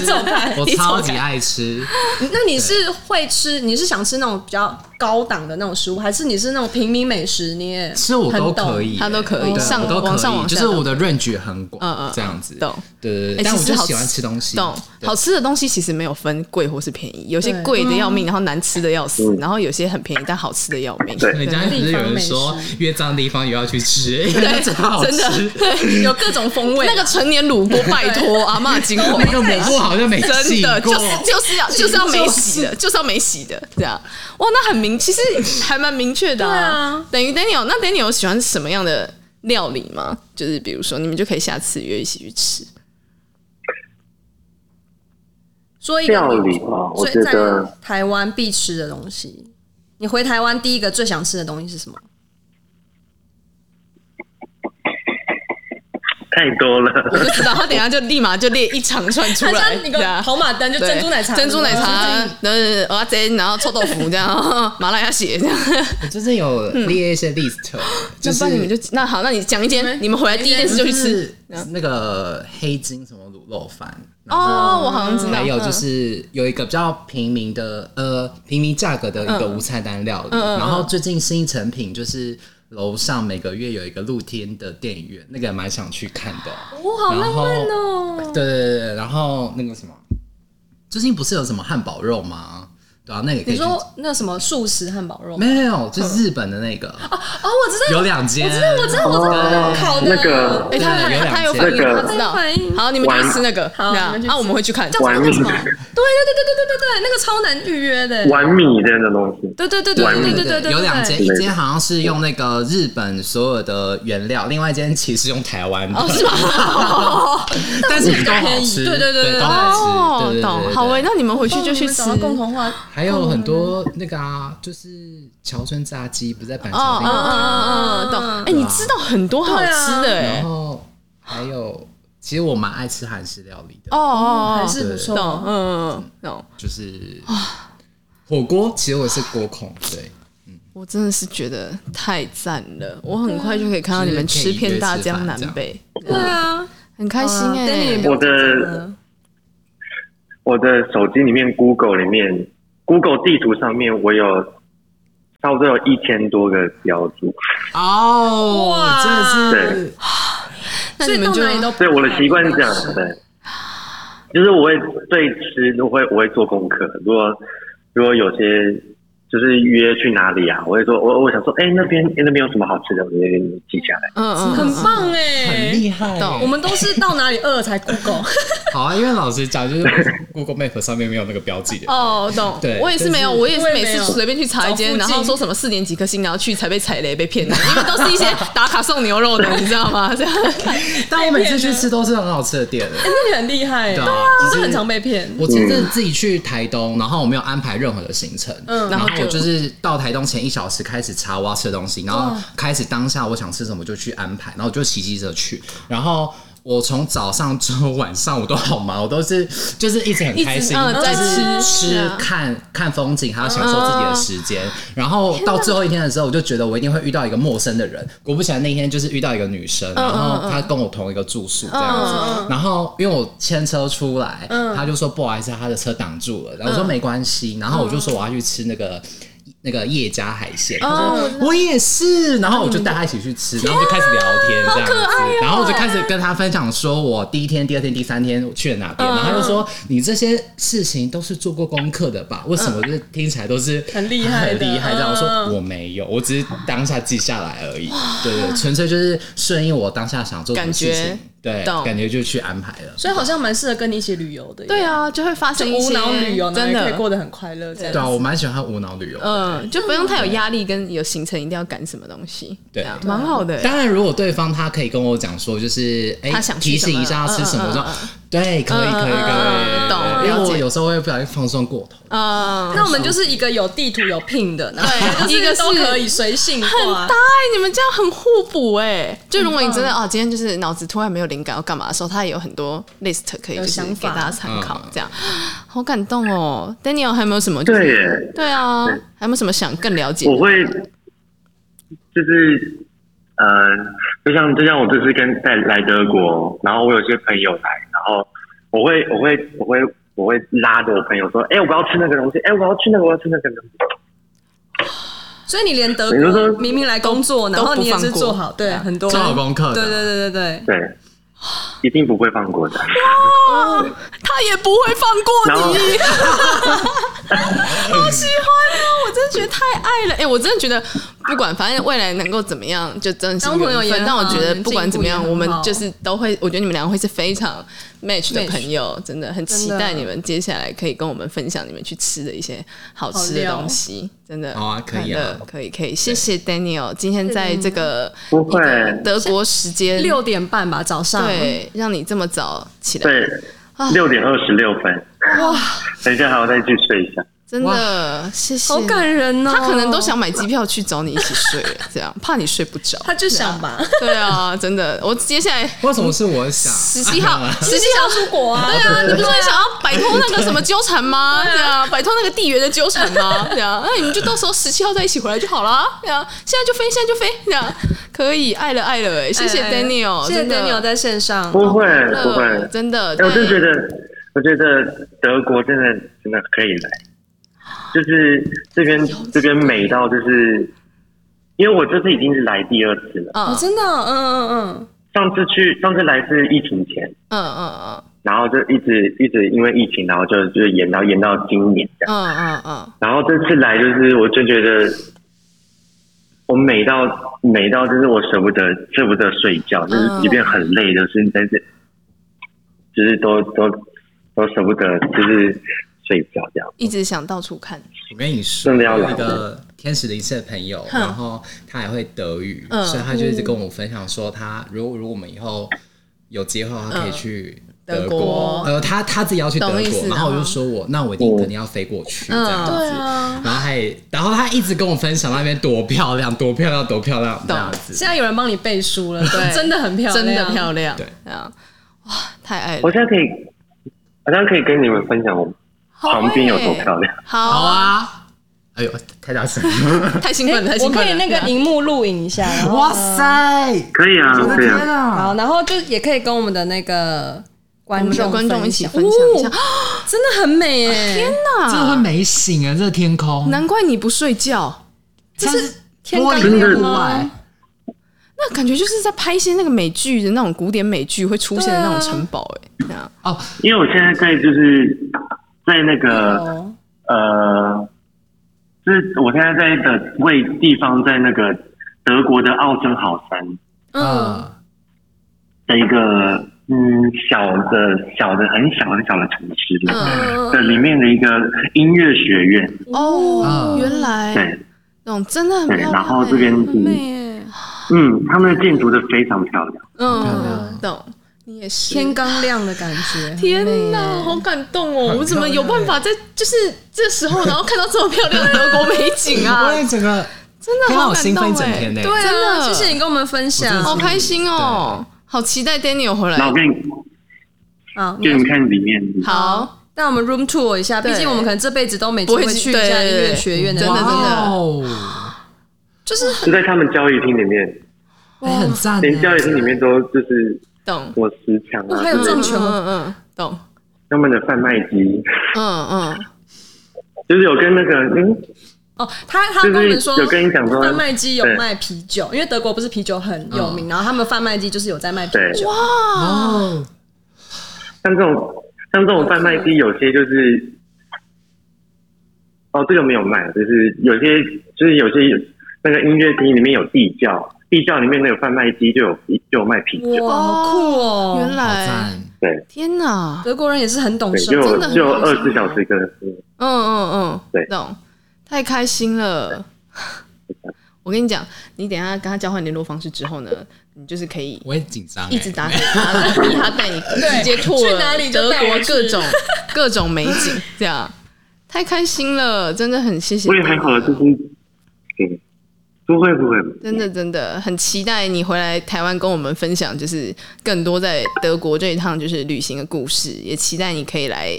S2: 你走开。
S3: 我超级爱吃。
S2: 那你是会吃？你是想吃那种比较高档的那种食物，还是你是那种平民美食？你也
S3: 其实我都可以、
S1: 很懂他都可
S3: 对
S1: 以
S3: 啊
S1: 上
S3: 我都可
S1: 往上往
S3: 以，
S1: 下
S3: 就是我的 range 很广，
S1: 嗯嗯嗯
S3: 这样子，
S1: 懂
S3: 对对
S1: 哎
S3: 对，但我
S1: 其实
S3: 就
S1: 好
S3: 喜欢吃东西，
S1: 懂，
S3: 对
S1: 好吃的东西其实没有分贵或是便宜，有些
S2: 对嗯
S1: 贵的要命，然后难吃的要死，然后有些很便宜但好吃的要命。
S4: 对
S3: 人家不是有人
S2: 地方
S3: 说
S2: 美
S3: 越脏的地方也要去 吃，因为真的好
S1: 真
S3: 吃。
S1: 的，
S2: 有各种风味。啊
S1: 那个成年卤锅，拜托阿嬷经过，
S3: 那个抹布好像没
S1: 真
S3: 洗
S1: 的
S3: 过
S1: 就，是就是要就是要没洗的，就是要没洗的这样。哇，那很明，其实还蛮明确的、啊
S2: 啊
S1: 等于 Daniel，那 Daniel 有喜欢什么样的料理吗？就是比如说，你们就可以下次约一起去吃。
S2: 做一个
S4: 料
S2: 你
S4: 理嘛，我
S2: 最
S4: 觉
S2: 在
S4: 得
S2: 台湾必吃的东西。你回台湾第一个最想吃的东西是什么？
S4: 太多了。
S1: 我就知道他等一下就立马就列一长串出
S2: 它
S1: 来，
S2: 像你
S1: 对啊
S2: 个跑马灯， 就
S1: 对
S2: 珍珠奶茶、嗯
S1: 珍珠奶
S2: 就是
S1: 茶，呃，蚵仔煎，然后臭豆腐这样，麻辣鸭血 这样。
S3: 我最近有列一些 list，、就
S1: 那不然你们
S3: 是
S1: 就那好，那你讲一间，你们回来第一件事就去吃。
S2: 嗯
S3: 那个黑金什么卤肉饭，然后
S1: 哦，我好像知道。
S3: 还有就
S1: 嗯
S3: 是有一个比较平民的呃平民价格的一个无菜单料
S2: 嗯
S3: 理，然后最近新成品就是楼上每个月有一个露天的电影院，那个也蛮想去看的。
S2: 哇，好浪漫哦！
S3: 对对对对，然后那个什么，最近不是有什么汉堡肉吗？对啊，那个也可
S2: 你
S3: 以去。
S2: 说那什么素食汉堡肉吗？
S3: 没有没有，就是日本的那个，
S2: 哦，我知道，
S3: 有两间，
S2: 我知道，我知道，烤的
S4: 那个
S1: 哎，他
S3: 对有
S1: 他
S3: 两
S1: 他有
S3: 间
S1: 反应，
S4: 那个
S1: 他知道
S2: 反应。
S1: 好，你们就去吃那个，
S2: 好
S1: 对啊
S2: 你们去吃
S1: 啊，我们会去看。
S2: 叫
S4: 玩
S2: 什么？
S4: 命
S2: 叫什么？对对对对对对对，那个超难预约的。
S4: 玩米这样的东西，
S2: 对对对对对对对对对，
S3: 有两间，一
S4: 对
S3: 间好像是用那个日本所有的原料，另外一间其实用台湾的，
S1: 哦，是吗？
S3: 但是都好吃，
S2: 对对
S3: 对
S2: 对 对哦
S3: 都好吃，对对对对
S1: 哦懂。
S3: 对
S1: 好诶，那你们回去就去吃
S2: 找。到共同话。
S3: 还有很多那个啊，就是桥村炸鸡，不是在板
S1: 哦
S2: 嗯
S3: 桥
S1: 哦
S3: 那个，
S1: 哦哦，懂。哎，你知道很多好吃的
S2: 嗯啊
S3: 然
S1: 哎。
S3: 后还有，其实我蛮爱吃韩式料理的，
S1: 哦哦，
S2: 还
S1: 哦
S2: 是不错，
S1: 懂，嗯嗯懂。
S3: 就是火锅，其实我是锅控，对，
S1: 我真的是觉得太赞了，我很快就可以看到你们吃遍大江南北，
S2: 对啊，
S1: 很开心哎、
S2: Danny，
S4: 我的我的手机里面 Google 里面 Google 地图上面我有差不多有一千多个标注，
S3: 哦
S2: 哇
S3: 真的是
S1: 那
S2: 所
S1: 你
S2: 以
S1: 们
S2: 到
S1: 就
S2: 哪里都
S4: 所以我的习惯是这样，对，就是我会对吃，我会我会做功课。如果如果有些就是约去哪里啊，我会说，我我想说，哎、那边、诶那边有什么好吃的，我就给你记下来。
S1: 嗯嗯
S2: 很棒
S3: 很
S2: 哎。
S3: 厉害，
S1: 懂
S2: 我们都是到哪里饿才 Google，
S3: 好啊，因为老实讲，就是 Google Map 上面没有那个标记的。
S1: 哦，懂。
S3: 对
S1: 我也是
S3: 但是
S1: 没有，我也是
S2: 我也
S1: 每
S2: 没有
S1: 次随便去查一
S2: 找附
S1: 间，
S2: 近
S1: 然后说什么四点几颗星，然后去才被踩雷被骗的，因为 都是一些打卡送牛肉的，你知道吗？这样
S3: 但我每次去吃都是很好吃的店的。
S2: 那你很厉害，
S3: 对啊
S2: 我
S3: 就是
S2: 是很常被骗。
S3: 我前阵子自己去台东，然后我没有安排任何的行程，
S2: 嗯
S3: 然后
S1: 然后
S3: 我
S1: 就
S3: 就是到台东前一小时开始查我要吃的东西，然后开始当下我想吃什么就去安排，然后我就骑机车去，然后。我从早上、中晚上我都好忙，我都是就是一直很开
S1: 一直
S3: 心，
S1: 嗯在
S3: 就是
S1: 吃是
S3: 吃
S1: 啊
S3: 看看风景，还要享受自己的时间。然后到最后一天的时候，我就觉得我一定会遇到一个陌生的人。果不其然，那天就是遇到一个女生，然后她跟我同一个住宿这样子。
S2: 嗯
S3: 然后因为我牵车出来，他就说不好意思，他的车挡住了。然后我说没关系，然后我就说我要去吃那个。那个叶家海鲜，他说我也是，然后我就带他一起去吃，然后就开始聊天这样子，然后我就开始跟他分享说我第一天、第二天、第三天我去了哪边，然后他就说你这些事情都是做过功课的吧？为什么就是听起来都是
S2: 很厉害
S3: 很
S2: 的
S3: 厉害这样？我说
S2: 嗯
S3: 我没有，我只是当下记下来而已，对对，纯粹就是顺应我当下想做什么事
S1: 感觉
S3: 情，对，
S1: 懂
S3: 感觉就去安排了。
S2: 所以好像蛮适合跟你一起旅游的。
S1: 对，啊，就会发
S2: 就
S1: 生一
S2: 无
S1: 些
S2: 脑旅游，
S1: 真
S2: 然后也可以
S1: 的，
S2: 过得很快乐这样。
S3: 对啊，我蛮喜欢无脑旅游。
S1: 嗯，就不用太有压力，跟有行程一定要赶什么东西，
S3: 对
S1: 这样蛮好的、欸
S3: 当然，如果对方他可以跟我讲说，就是哎、
S1: 他想吃
S3: 提醒
S1: 什么
S3: 一下要吃什么，
S1: 嗯嗯
S3: 我说
S1: 嗯
S3: 对，可以，
S1: 嗯嗯
S3: 可以，可
S1: 嗯
S3: 以，
S1: 懂
S3: 因为
S1: 了
S3: 我
S1: 解
S3: 有时候会不小心放松过头。
S1: 嗯，
S2: 那我们就是一个有地图有聘的，然后
S1: 对
S2: 就
S1: 一个是
S2: 都可以随性
S1: 很
S2: 化
S1: 搭。哎、你们这样很互补哎、就如果你真的啊，今天就是脑子突然没有灵感要干嘛的时候，他也有很多 list 可以就是
S2: 有想
S1: 给
S2: 法
S1: 大家参考
S3: 嗯，
S1: 这样好感动哦。Daniel 还有没有什么？
S4: 对耶，
S1: 对啊，还有没有什么想更了解的？
S4: 我会就是嗯、呃就像就像我这次跟在来德国，然后我有些朋友来，然后我会我会我会我会拉着我朋友说，哎、我要吃那个东西，哎、我要吃那个，我要吃那个东西。
S2: 所以你连德
S4: 比如说
S2: 国明明来工作，然后你也是做好对
S1: 啊
S2: 很多
S3: 做好功课的
S2: 对对对对对。
S4: 对，一定不会放过的。
S1: 他也不会放过
S4: 然后
S1: 你， 哦我真的觉得太爱了。哎、我真的觉得不管反正未来能够怎么样，就真的是
S2: 当朋友
S1: 缘分
S2: 也
S1: 但我
S2: 好啊
S1: 觉得不管怎么样，
S2: 进
S1: 我
S2: 一步也
S1: 们
S2: 很好
S1: 就是都会，我觉得你们两个会是非常 match 的
S2: match
S1: 朋友，真的很期
S2: 真的
S1: 待你们接下来可以跟我们分享你们去吃的一些好吃的
S2: 好料
S1: 东西。真的，
S3: 好啊可以啊
S1: 真的可以，可以。谢谢 Daniel，今天在这个
S4: 不会
S1: 德国时间
S2: 六点半吧，早上。
S1: 对，让你这么早起来。
S4: 对，六点二十六分。
S1: 哇，
S4: 等一下还要再去睡一下。
S1: 真的谢谢，
S2: 好感人哦。
S1: 他可能都，想买机票去找你一起睡 了，这样怕你睡不着。
S2: 他就想吧，
S1: 对啊，真的，我接下来
S3: 为什么是我想？
S1: 十七号，
S3: 啊
S2: 实际要出国啊
S1: 对。啊，你不是也想要摆脱那个什么纠缠吗？ 对啊，摆脱那个地缘的纠缠 吗？对啊，那你们就到时候十七号再一起回来就好了。对啊，现在就飞，现在就飞，这样 可以，爱了爱了，哎，谢谢
S2: 哎哎
S1: Daniel，
S2: 谢谢
S1: 真的
S2: Daniel 在线上。
S4: 不会
S1: 真的
S4: 不会，
S1: 真的，
S4: 哎，我真觉
S1: 对
S4: 得，我觉得德国真的真的可以来，就是这边这边美到就是，因为我这次已经是来第二次了，
S2: 哦，
S1: 嗯
S2: 真的哦，嗯嗯
S4: 上次去上次来是疫情前，
S1: 嗯嗯
S4: 然后就一直一直因为疫情，然后就就延到延到今年这样，
S1: 嗯嗯嗯
S4: 然后这次来就是我就觉得。我美到美到，就是我舍不得舍不得睡觉，就是
S1: 嗯
S4: 即便很累，就是但是就是都都都舍不得，就是睡觉这样。
S1: 一直想到处看，
S3: 我跟你说，
S4: 真的要
S3: 我有
S4: 来
S3: 一个天使灵性的朋友，然后他还会德语，
S1: 嗯
S3: 所以他就一直跟我分享说他，如果如果我们以后有机会的话，可以去。德
S1: 德国
S3: 呃，他他自己要去德
S1: 懂意
S3: 国，
S1: 思
S3: 然后我就说我，那我一定肯定要飞过去这样子。
S2: 对啊
S3: 然后他也，然后他一直跟我分享那边多漂亮，多漂亮，多漂亮这样
S2: 嗯，
S3: 子。
S2: 现在有人帮你背书了，
S1: 对
S2: 真的很漂亮，
S1: 真的漂亮，
S3: 对
S1: 啊，哇，太爱了
S4: 我，现在可以，好像可以跟你们分享我
S1: 好
S4: 旁边有
S1: 欸
S4: 多漂亮。
S1: 好
S3: 好
S1: 啊，
S3: 啊，哎呦，太大声了！
S1: 太兴奋了，太
S2: 哎
S1: 兴
S2: 我可
S1: 奋
S2: 以
S1: 了，
S2: 那个
S1: 对啊
S2: 荧幕录影一下， 然后
S3: 哇塞，
S4: 可以啊，
S3: 我的
S4: 可以
S3: 天
S4: 啊，
S3: 啊！
S2: 好，然后就也可以跟我们的那个观
S1: 我们的
S2: 众
S1: 观众一起分享一下
S2: 哦真的很美耶！天哪，
S3: 真的会美醒啊，这天空，
S1: 难怪你不睡觉。
S3: 这是
S2: 天
S3: 玻璃
S2: 刚
S4: 亮
S3: 屋
S2: 吗
S3: 哎
S1: 那感觉就是在拍一些那个美剧的那种古典美剧会出现的那种城堡、哎、
S4: 嗯
S1: 这样
S3: 哦，
S4: 因为我现在在就是在那个
S2: 哦
S4: 呃，就是我现在在的位地方在那个德国的奥森豪山
S2: 嗯，
S3: 嗯，
S4: 的一个嗯小的小的很小很小的城市里
S1: 嗯
S2: 哦
S4: 的里面的一个音乐学院，
S1: 哦
S3: 嗯，
S1: 原来
S4: 对，
S1: 那种真哎的很漂亮、
S4: 对然后这边
S1: 哎
S4: 是
S1: 很美、哎
S4: 嗯，他们的建筑都非常漂亮。
S1: 嗯，懂，你也是。
S2: 天刚亮的感觉，
S1: 天哪，好感动哦！我怎么有办法在就是这时候，然后看到这么漂亮的德国美景啊
S3: 我？也整个
S1: 真的
S3: 天啊
S1: 好
S3: 我
S1: 感
S3: 兴奋一
S1: 动
S3: 整
S1: 哎、
S3: 天呢
S1: 对
S2: 对
S1: 真
S2: 啊，
S1: 的，
S2: 谢谢你跟我们分享
S1: 好开心哦，好期待 Daniel 回来。
S4: 那我给你
S2: 啊！
S4: 给你们看里面，
S1: 嗯好，
S2: 那我们 room tour 一下，
S1: 对
S2: 毕竟我们可能这辈子都没机
S1: 不会
S2: 会
S1: 去
S2: 去一下
S1: 对
S2: 音乐学院
S1: 真的真的
S3: 哇哦，
S2: 就是很
S4: 就在他们教育厅里面，
S3: 哎很
S1: 嗯
S3: 赞耶，
S4: 连教育厅里面都就是
S1: 懂，
S4: 我十强啊，
S2: 还有
S4: 就是
S2: 政权
S1: 嗯嗯嗯，懂，
S4: 他们的贩卖机，
S1: 嗯嗯。
S4: 就是有跟那个，嗯，
S2: 哦，他他
S4: 就
S2: 跟我们
S4: 是
S2: 说
S4: 有跟你讲说
S2: 贩卖机有
S4: 对嗯
S2: 卖啤酒，因为德国不是啤酒很有名，然后他们贩卖机就是有在卖啤
S4: 对，
S2: 酒。
S3: 哦，
S4: 像这种像这种贩卖
S1: 嗯
S4: 机，有些就是，哦，这个没有卖，就是有些就是有些有那个音乐厅里面有地窖，地窖里面那个贩卖机就有就有卖啤酒，
S2: 哇，好酷哦！
S1: 原
S3: 好
S1: 来，
S3: 赞，
S4: 对
S1: 天哪，
S2: 德国人也是很懂
S4: 对，
S2: 生
S4: 就
S2: 活
S1: 真
S4: 有
S1: 的很
S4: 就有
S1: 开
S4: 二
S1: 心
S4: 十四小时跟
S1: 嗯嗯嗯，
S4: 对
S1: 懂，太开心了。我跟你讲，你等一下跟他交换联络方式之后呢，你就是可以
S3: 我也紧张哎，
S1: 一直打给他，然后逼他带你直接拓
S2: 去哪里就
S1: 德
S2: 带我
S1: 国
S2: 去
S1: 各种各种美景，这样太开心了，真的很谢谢
S4: 我也
S1: 你，
S4: 还好了，就是，对，不会不会，不会
S1: 真的真的很期待你回来台湾跟我们分享，就是更多在德国这一趟就是旅行的故事，也期待你可以来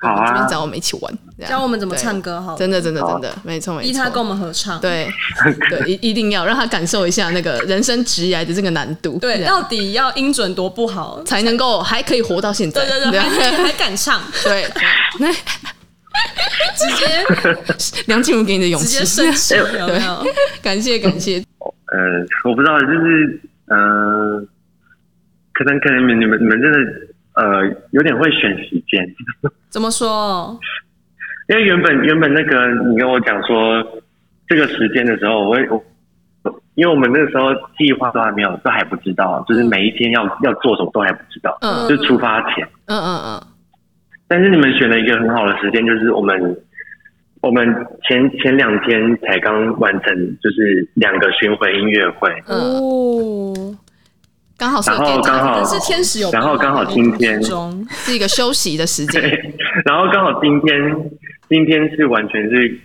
S4: 好
S1: 这边
S4: 啊，
S1: 找我们一起玩，这样
S2: 教我们怎么
S1: 对
S2: 唱歌好了，
S1: 真的，真的，
S4: 好啊
S1: 真的，没错，没错。
S2: 依他跟我们合唱。
S1: 对对，一一定要让他感受一下那个人生直涯的这个难度，
S2: 对，
S1: 这样
S2: 到底要音准多不好？
S1: 才能够还可以活到现在。
S2: 对对对，还还敢唱，
S1: 对，那
S2: 直接
S1: 梁静茹给你的勇
S2: 直
S1: 气
S2: 接，升旗，有没有？
S1: 感谢感谢。
S4: 呃，我不知道，就是嗯、呃，可能可能你们你们你们真的呃有点会选时间，
S2: 怎么说？
S4: 因为原本原本那个你跟我讲说这个时间的时候，我也我因为我们那时候计划都还没有，都还不知道，就是每一天要、要做什么都还不知道，
S1: 嗯
S4: 就出发前。
S1: 嗯嗯
S4: 但是你们选了一个很好的时间，就是我们我们前前两天才
S2: 嗯
S4: 刚完成，就是两个巡回音乐会，
S1: 嗯
S2: 哦，
S1: 刚好是
S4: 然后
S1: gay
S4: 刚好
S2: 但是天使有
S4: 然后刚好今天
S2: 中
S1: 是一个休息的时间，
S4: 然后刚好今天今天是完全是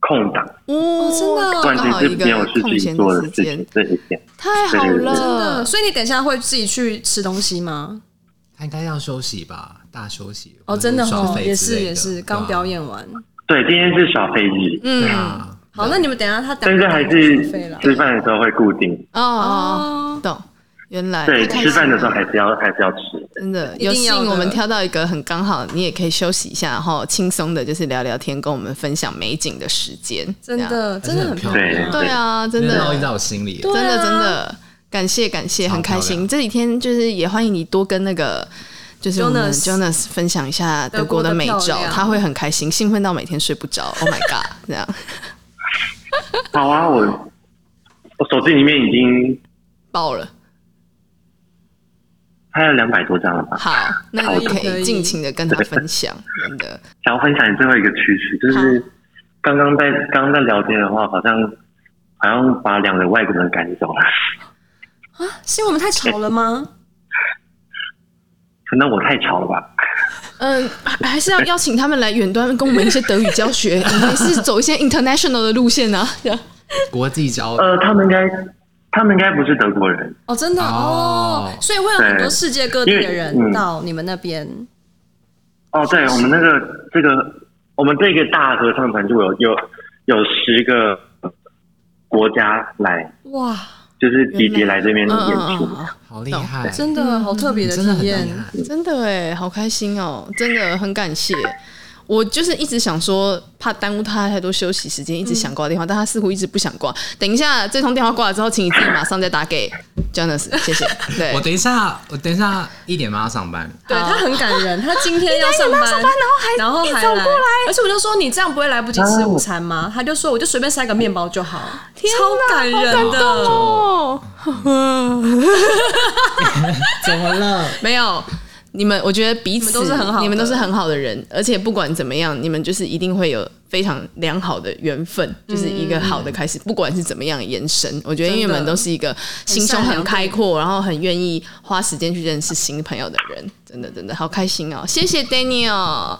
S4: 空档，
S1: 哦，真的
S4: 完
S1: 刚
S4: 全
S1: 好
S4: 是
S1: 一
S4: 没有
S1: 个
S4: 事
S1: 空
S4: 情
S1: 闲
S4: 做的
S1: 时
S4: 事情
S1: 间，，
S4: 这一天。
S1: 太好
S2: 真的，
S4: 嗯
S1: 了。
S2: 所以你等一下会自己去吃东西吗？
S3: 他应该要休息吧，大休息
S2: 哦，真的
S3: 耍
S2: 哦，
S3: 废
S2: 也
S3: 嗯之
S2: 是
S3: 类
S2: 也
S3: 的啊
S2: 是，刚表演完。
S4: 对，今天是小飞机，
S3: 对
S1: 嗯，
S3: 啊，
S2: 好，那你们等一下他
S4: 但是还是
S2: 费了
S4: 吃饭的时候会固定，
S1: 哦哦，
S2: 哦，
S1: 懂。原来
S4: 对，
S1: 哎太开
S4: 吃饭的
S1: 心
S4: 时候
S1: 了
S4: 还是要还是要吃。
S1: 真 的
S2: 一
S1: 有
S2: 定
S1: 幸
S2: 要的
S1: 我们挑到一个很刚好，你也可以休息一下，然后轻松的，就是聊聊天，跟我们分享美景的时间。
S2: 真
S1: 这样，
S2: 的嗯真的很漂亮。
S1: 对啊，真
S3: 真的
S1: 的
S3: 烙印在我心里耶。
S1: 真的
S2: 对啊
S1: 真的，感谢感谢，
S3: 超
S1: 很开
S3: 漂
S1: 心。
S3: 亮
S1: 这几天就是也欢迎你多跟那个。就是我们
S2: Jonas
S1: Jonas 分享一下德
S2: 德国
S1: 国
S2: 的
S1: 的美
S2: 漂
S1: 照，
S2: 亮
S1: 他会很开心，兴奋到每天睡不着。Oh my god！这样
S4: 好啊，我我手机里面已经
S1: 爆了。
S4: 拍了两百多张了吧？
S1: 好，那
S4: 可
S1: 你
S4: 以
S1: 可
S2: 可以
S1: 以尽情的跟他分享，真的。
S4: 想要分享最后一个趋势，就是刚刚在刚刚在聊天的话，好像好像把两个外国人赶走了，
S2: 啊，是因为我们太吵了吗？
S4: 可能我太吵了吧？
S1: 嗯，还还是要邀请他们来远端跟我们一些德语教学，你还是走一 些 international 的路线啊。这样
S3: 国际交
S4: 呃，他们应该他们应该不是德国人，
S2: 哦，真的哦
S3: 哦，
S2: 所以会有很多世界各地的
S4: 因为
S2: 人
S4: 嗯
S2: 到你们那边。
S4: 哦，对，我们那个这个，我们这个大合唱团就有有有十个国家来，
S2: 哇，
S4: 就是集结来这边
S1: 嗯嗯
S4: 演
S1: 嗯
S4: 出。
S1: 嗯，
S3: 好厉害，
S2: 哦真的好特别
S3: 你
S2: 的
S3: 真的
S2: 体
S3: 很厉
S2: 验。
S3: 害。
S1: 嗯真的哎，好开心哦，真的很感谢。我就是一直想说，怕耽误他太多休息时间，一直想挂电话，但他似乎一直不想挂。等一下，这通电话挂了之后，请你自己马上再打给 Jonas，谢谢。对，
S3: 我等一下，我等一下一点半要上班。
S2: 对
S1: 好
S2: 他很感人，他今天要上班，然后还然后还来，而且我就说你这样不会来不及吃午餐吗？他就说我就随便塞个面包就好，超感人的。
S1: 哦，
S3: 怎么 了？
S1: 没有。你们，我觉得彼此
S2: 你们都是很好的
S1: 你们都是很好的人，而且不管怎么样，你们就是一定会有非常良好的缘分，
S2: 嗯
S1: 就是一个好的开始。不管是怎么样的延伸，我觉得因为你
S2: 真的
S1: 们都是一个心胸
S2: 很善良
S1: 很开阔，然后很愿意花时间去认识新朋友的人，真的真的好开心哦！谢谢
S2: 嗯
S1: Daniel，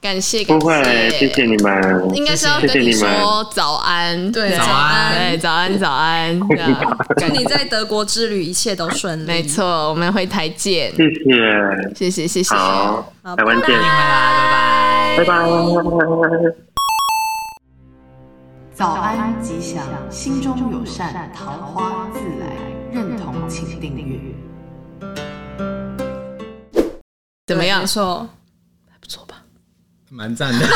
S1: 感谢感
S4: 不会，谢谢你们。
S1: 应该是要跟
S4: 谢谢
S1: 你
S4: 你们
S1: 说早安，
S2: 对
S1: 早
S2: 早安
S1: 对，早安，早 安，这样
S2: 祝你在德国之旅一切都顺利。
S1: 没错，我们回台见，
S4: 谢谢，
S1: 谢谢，谢谢。
S4: 好
S2: 好，
S4: 台湾见，拜拜。
S1: 早安吉祥，心中有善，桃花自来。认同请订阅。怎么样
S2: 没？错，
S1: 还不错吧？
S3: 蛮赞的。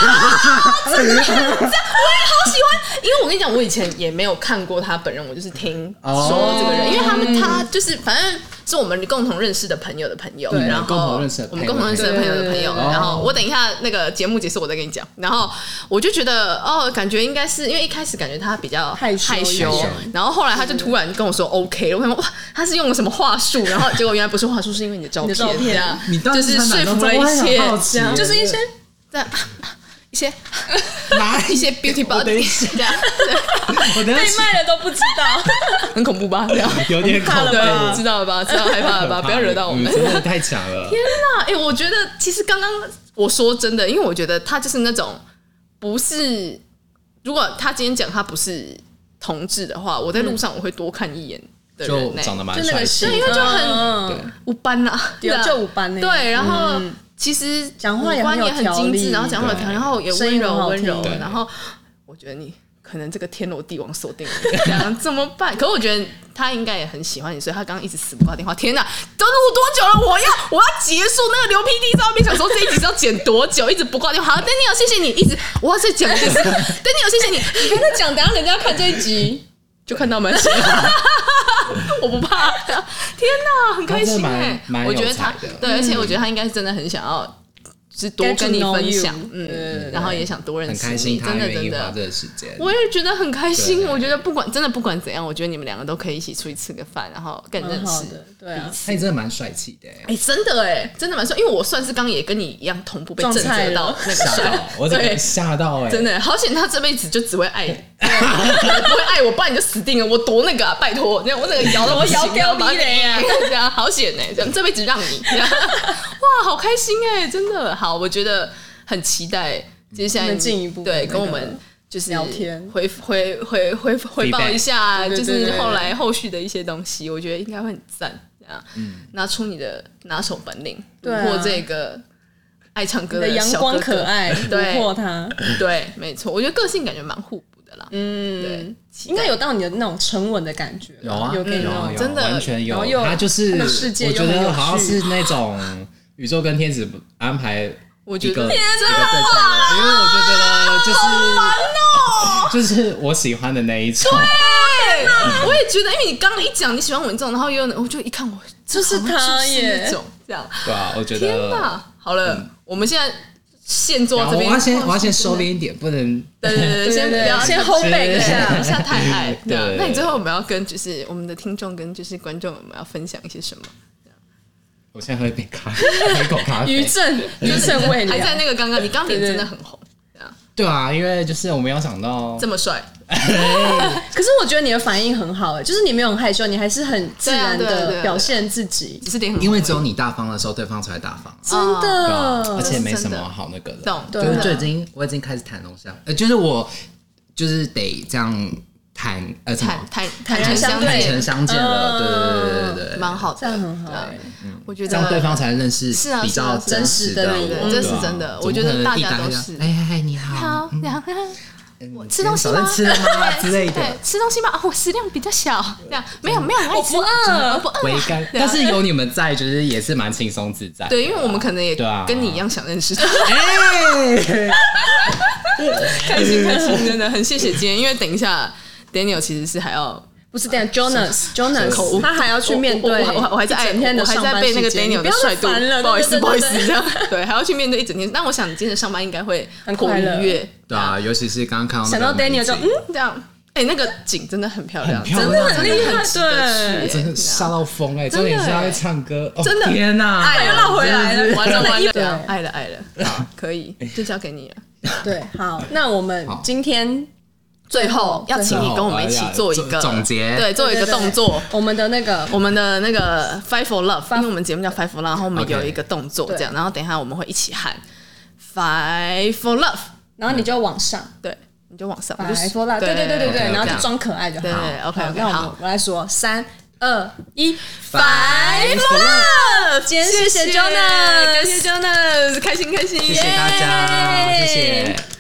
S1: 因为我跟你讲，我以前也没有看过他本人，我就是听
S3: 哦
S1: 说这个人，因为他们他就是反正是我们共同认识的朋友的朋友，
S3: 们
S1: 然后
S3: 共同认识的
S1: 我
S3: 朋
S1: 们
S3: 友
S1: 共同认识的朋友的朋友，
S2: 对
S3: 对对
S1: 然后我等一下那个节目结束我再跟你讲，然后我就觉得哦，感觉应该是因为一开始感觉他比较
S2: 害羞
S1: 害羞
S3: 害羞，
S1: 然后后来他就突然跟我说 OK，我想哇，他是用了什么话术？然后结果原来不是话术，是因为你的照片，
S2: 你的照片
S1: 这样
S3: 你到
S1: 就
S3: 底
S1: 是
S3: 在哪
S1: 说
S3: 弄
S1: 服了
S3: 我
S1: 一
S3: 也很
S1: 些
S3: 好，奇
S1: 这样
S3: 耶
S1: 就是一些这样 一些
S3: 哪
S1: 一些 beauty
S3: 我等一
S1: body
S3: 下
S1: 这样。对
S3: 我等一下
S2: 卖了都不知道。
S1: 很恐怖吧？这样
S3: 有点恐怖
S1: 对，啊知道了吧？知道害怕了吧？不要惹到我
S3: 嗯
S1: 们。
S3: 真的太强了。
S1: 那哎、我觉得其实刚刚我说真的，因为我觉得他就是那种不是，如果他今天讲他不是同志的话，我在路上我会多看一眼的
S3: 就
S1: 人、欸，
S3: 长得蛮
S2: 就那
S3: 帅
S2: 个
S3: 气
S2: 戏，
S3: 的，
S1: 对因为就很
S2: 嗯
S1: 五班啊，
S2: 对
S1: 对啊
S2: 就五班呢。嗯
S1: 对，然后。其实
S2: 讲话也
S1: 五官
S2: 很有
S1: 也很
S2: 条
S1: 精致，
S2: 理
S1: 然后讲话有条理，
S3: 对
S1: 然后也
S2: 声
S1: 温
S2: 音很
S1: 柔
S2: 好
S1: 温
S2: 听
S1: 柔
S3: 对，
S1: 然后我觉得你可能这个天罗地网锁定了，这 样怎么办？可我觉得他应该也很喜欢你，所以他刚刚一直死不挂电话。天哪，都录多久了？我要我要结束那个刘 PD 照片，想说这一集是要剪多久，一直不挂电话。好，Daniel，谢谢你，一直我要再讲 一次，Daniel，谢谢你，你跟他讲，等下人家看这一集就看到没。 我不怕，天哪，很开心
S3: 他真的
S1: 哎、
S3: 蛮蛮有
S1: 我觉得他
S3: 才的
S1: 对，而且我觉得他应该是真的很想要是多跟你
S2: Get to know
S1: 分享
S2: you，
S1: 嗯，然后也想多认
S3: 很
S1: 识
S3: 开
S1: 你，
S3: 心
S1: 真
S3: 他
S1: 的
S3: 愿
S1: 真
S3: 意花
S1: 的。
S3: 这个时间。
S1: 我也觉得很开心，
S3: 对
S1: 我觉得不管真的不管怎样，我觉得你们两个都可以一起出去吃个饭，然后更认
S2: 蛮好
S1: 识。
S2: 的，对啊，
S3: 他也真的蛮帅气的欸，
S1: 哎、真的哎、真的蛮帅，因为我算是刚也跟你一样同步被震
S2: 撞菜
S1: 慑
S2: 了
S1: 到那个
S3: 吓
S1: 帅
S3: 到，我整
S1: 对
S3: 个吓到
S2: 欸
S3: 哎，
S1: 真的，好险他这辈子就只会爱你， 对不会爱我，不然你就死定了。我多那个啊，拜托，那我整个摇到不行
S2: 我摇掉你 嘞啊
S1: 这样好险呢、这样这辈子让你， 这样哇，好开心哎、真的好，我觉得很期待接下来
S2: 能进一步
S1: 对，
S2: 那个
S1: 跟我们。就是
S2: 聊天
S1: 回回回回回报一下，
S2: Feedback 对
S1: 就
S2: 对
S1: 是
S2: 对对
S1: 后来后续的一些东西，我觉得应该会很赞。这样，拿出你的拿手本领，虏
S2: 嗯对啊
S1: 获这个爱唱歌
S2: 你的阳
S1: 小
S2: 光
S1: 哥哥
S2: 可爱，
S1: 对
S2: 虏获他，
S1: 对，没错，我觉得个性感觉蛮互补的啦。嗯，对，
S2: 应该有到你的那种沉稳的感觉吧，
S3: 有啊，
S2: 有给你
S3: 有
S2: 那
S3: 啊
S2: 种
S3: 有啊
S1: 真的
S3: 完全
S2: 然后
S3: 有。
S2: 又
S3: 他就是
S2: 他的世界
S3: 我
S2: 又
S3: 觉
S2: 很有
S3: 得好像
S2: 趣
S3: 是那种宇宙跟天使安排
S1: 我觉
S3: 一
S1: 得
S3: 个一个对象，因为我就觉得
S1: 哦
S3: 就是就是我喜欢的那一种，
S1: 啊对，我也觉得，因为你刚刚一讲你喜欢我这种，然后又我就一看我
S2: 就是他
S1: 好像就是
S2: 耶
S1: 那种这样，
S3: 对啊，我觉
S1: 天
S3: 得。嗯
S1: 哪！好了，我们现在现做
S3: 然
S1: 到
S3: 后
S1: 这
S3: 我
S1: 边，
S3: 要先我要先
S1: 哦
S3: 收敛一点，不能
S1: 对对对，对先
S2: 对对
S1: 不要
S2: 先
S1: 太
S2: hold
S3: back
S1: 对
S3: 一下
S1: 不要太爱。
S3: 对
S1: 对，那你最后我们要跟就是我们的听众跟就是观众，我们要分享一些什么？
S3: 我现在喝一杯咖啡，喝一口 咖
S2: 余
S3: 啡。
S2: 震，余震未
S1: 还在
S2: 了，
S1: 那个刚刚，你刚刚脸
S2: 对对
S1: 真的很红，这样
S3: 对啊，因为就是我没有想到
S1: 这，么帅，
S2: 可是我觉得你的反应很好，哎，就是你没有很害羞，你还是很自然
S1: 对啊对啊对啊对
S2: 的
S1: 啊
S2: 表现自己，
S1: 只是脸很红而已，
S3: 因为只有你大方的时候，对方才会大
S1: 嗯
S2: 真
S3: 方，对啊，
S2: 的，
S3: 而且没什么好那个的
S1: 懂。
S2: 对
S3: 就是
S2: 啊
S3: 就已经我已经开始谈东西了，呃，就是我就是得这样谈，呃，什么
S1: 坦坦
S2: 坦
S1: 诚
S2: 然相
S1: 相见
S2: 对
S3: 坦诚相见了，对对对对对对，
S1: 蛮好的，
S2: 这样很好
S1: 对啊
S2: 哎
S1: 我觉得
S3: 这样对方才认识
S1: 是啊
S3: 比较
S1: 是啊
S3: 真实
S2: 是啊
S3: 我
S2: 真实的
S3: 对啊
S2: 你这
S1: 是真的
S3: 怎么
S1: 我觉得
S3: 可能
S1: 大
S3: 一
S1: 家
S3: 打
S1: 都
S3: 开就是哎嗨嗨，你
S1: 好
S3: 好，，
S1: 然后
S3: 嗯
S1: 我吃东西
S3: 早
S1: 吗？
S3: 上吃了 吗之类的
S1: 对，，吃东西吗？啊，我食量比较小，这样没有没有，我爱吃
S2: 我不饿
S1: 我不饿
S3: 回
S1: 啊。
S3: 甘，但是有你们在，就是也是蛮轻松自在的。
S1: 对，因为我们可能也
S3: 对啊
S1: 跟你一样想认识他，
S3: 哎，啊
S1: 开心开心， 真的很谢谢今天，因为等一下 Daniel 其实是还要
S2: 不是这样，Jonas，Jonas，他还要去面
S1: 我
S2: 对
S1: 我我我还在爱
S2: 一整天的
S1: 我还
S2: 上
S1: 在
S2: 班
S1: 被那个
S2: 时间
S1: Daniel
S2: 你不
S1: 的
S2: 要
S1: 帅
S2: 再
S1: 度，
S2: 烦了，
S1: 不好意思
S2: 对
S1: 不好意思，
S2: 对
S1: 这
S2: 对
S1: 样 对，还要去面对一整天。但我想你今天上班应该会
S2: 很
S1: 颇
S2: 快
S1: 愉
S2: 乐
S1: 悦，
S3: 对啊，尤其是刚刚看到
S2: 想到 Daniel 就嗯，
S1: 这样，哎、那个景真的很漂亮，
S3: 很漂亮
S1: 真的
S2: 真
S1: 很
S2: 的很
S1: 很值得
S2: 对
S1: 去、
S3: 真
S1: 哎
S3: 的吓到疯哎，
S1: 真
S3: 重
S1: 的
S3: 点是他会唱歌，哦
S1: 真的哎
S3: 天哪，
S1: 爱了，
S2: 绕回来了，
S1: 完了完 了，
S2: 对
S1: 爱了爱了，好，可以，就交给你了。
S2: 对，好，那我们
S3: 好
S2: 今天
S1: 最后要请你跟我们一起做一
S3: 哎
S1: 个
S3: 呀总结
S1: 对，做一个动作。
S2: 我们的那个
S1: 我们的那个 Five for Love，因为我们节目叫 Five for Love，然后我们
S3: OK
S1: 有一个动作
S2: 对
S1: 这样，然后等一下我们会一起喊 Five for Love，
S2: 然后你就往上，
S1: 对，你就往上，我
S2: 白
S1: 就
S2: 说啦，对对对对对，
S3: OK，OK，
S2: 然后就
S3: 好
S2: 装可爱就好。
S1: 对对，OK
S2: 好
S1: OK，
S2: 那我们
S1: 好
S2: 我来说，三二一，
S1: ，Five for Love，
S2: 今天谢谢
S1: 谢
S2: Jonas
S1: 感谢 Jonas，开心开心，
S3: 谢谢大家，
S1: 耶
S3: 谢谢。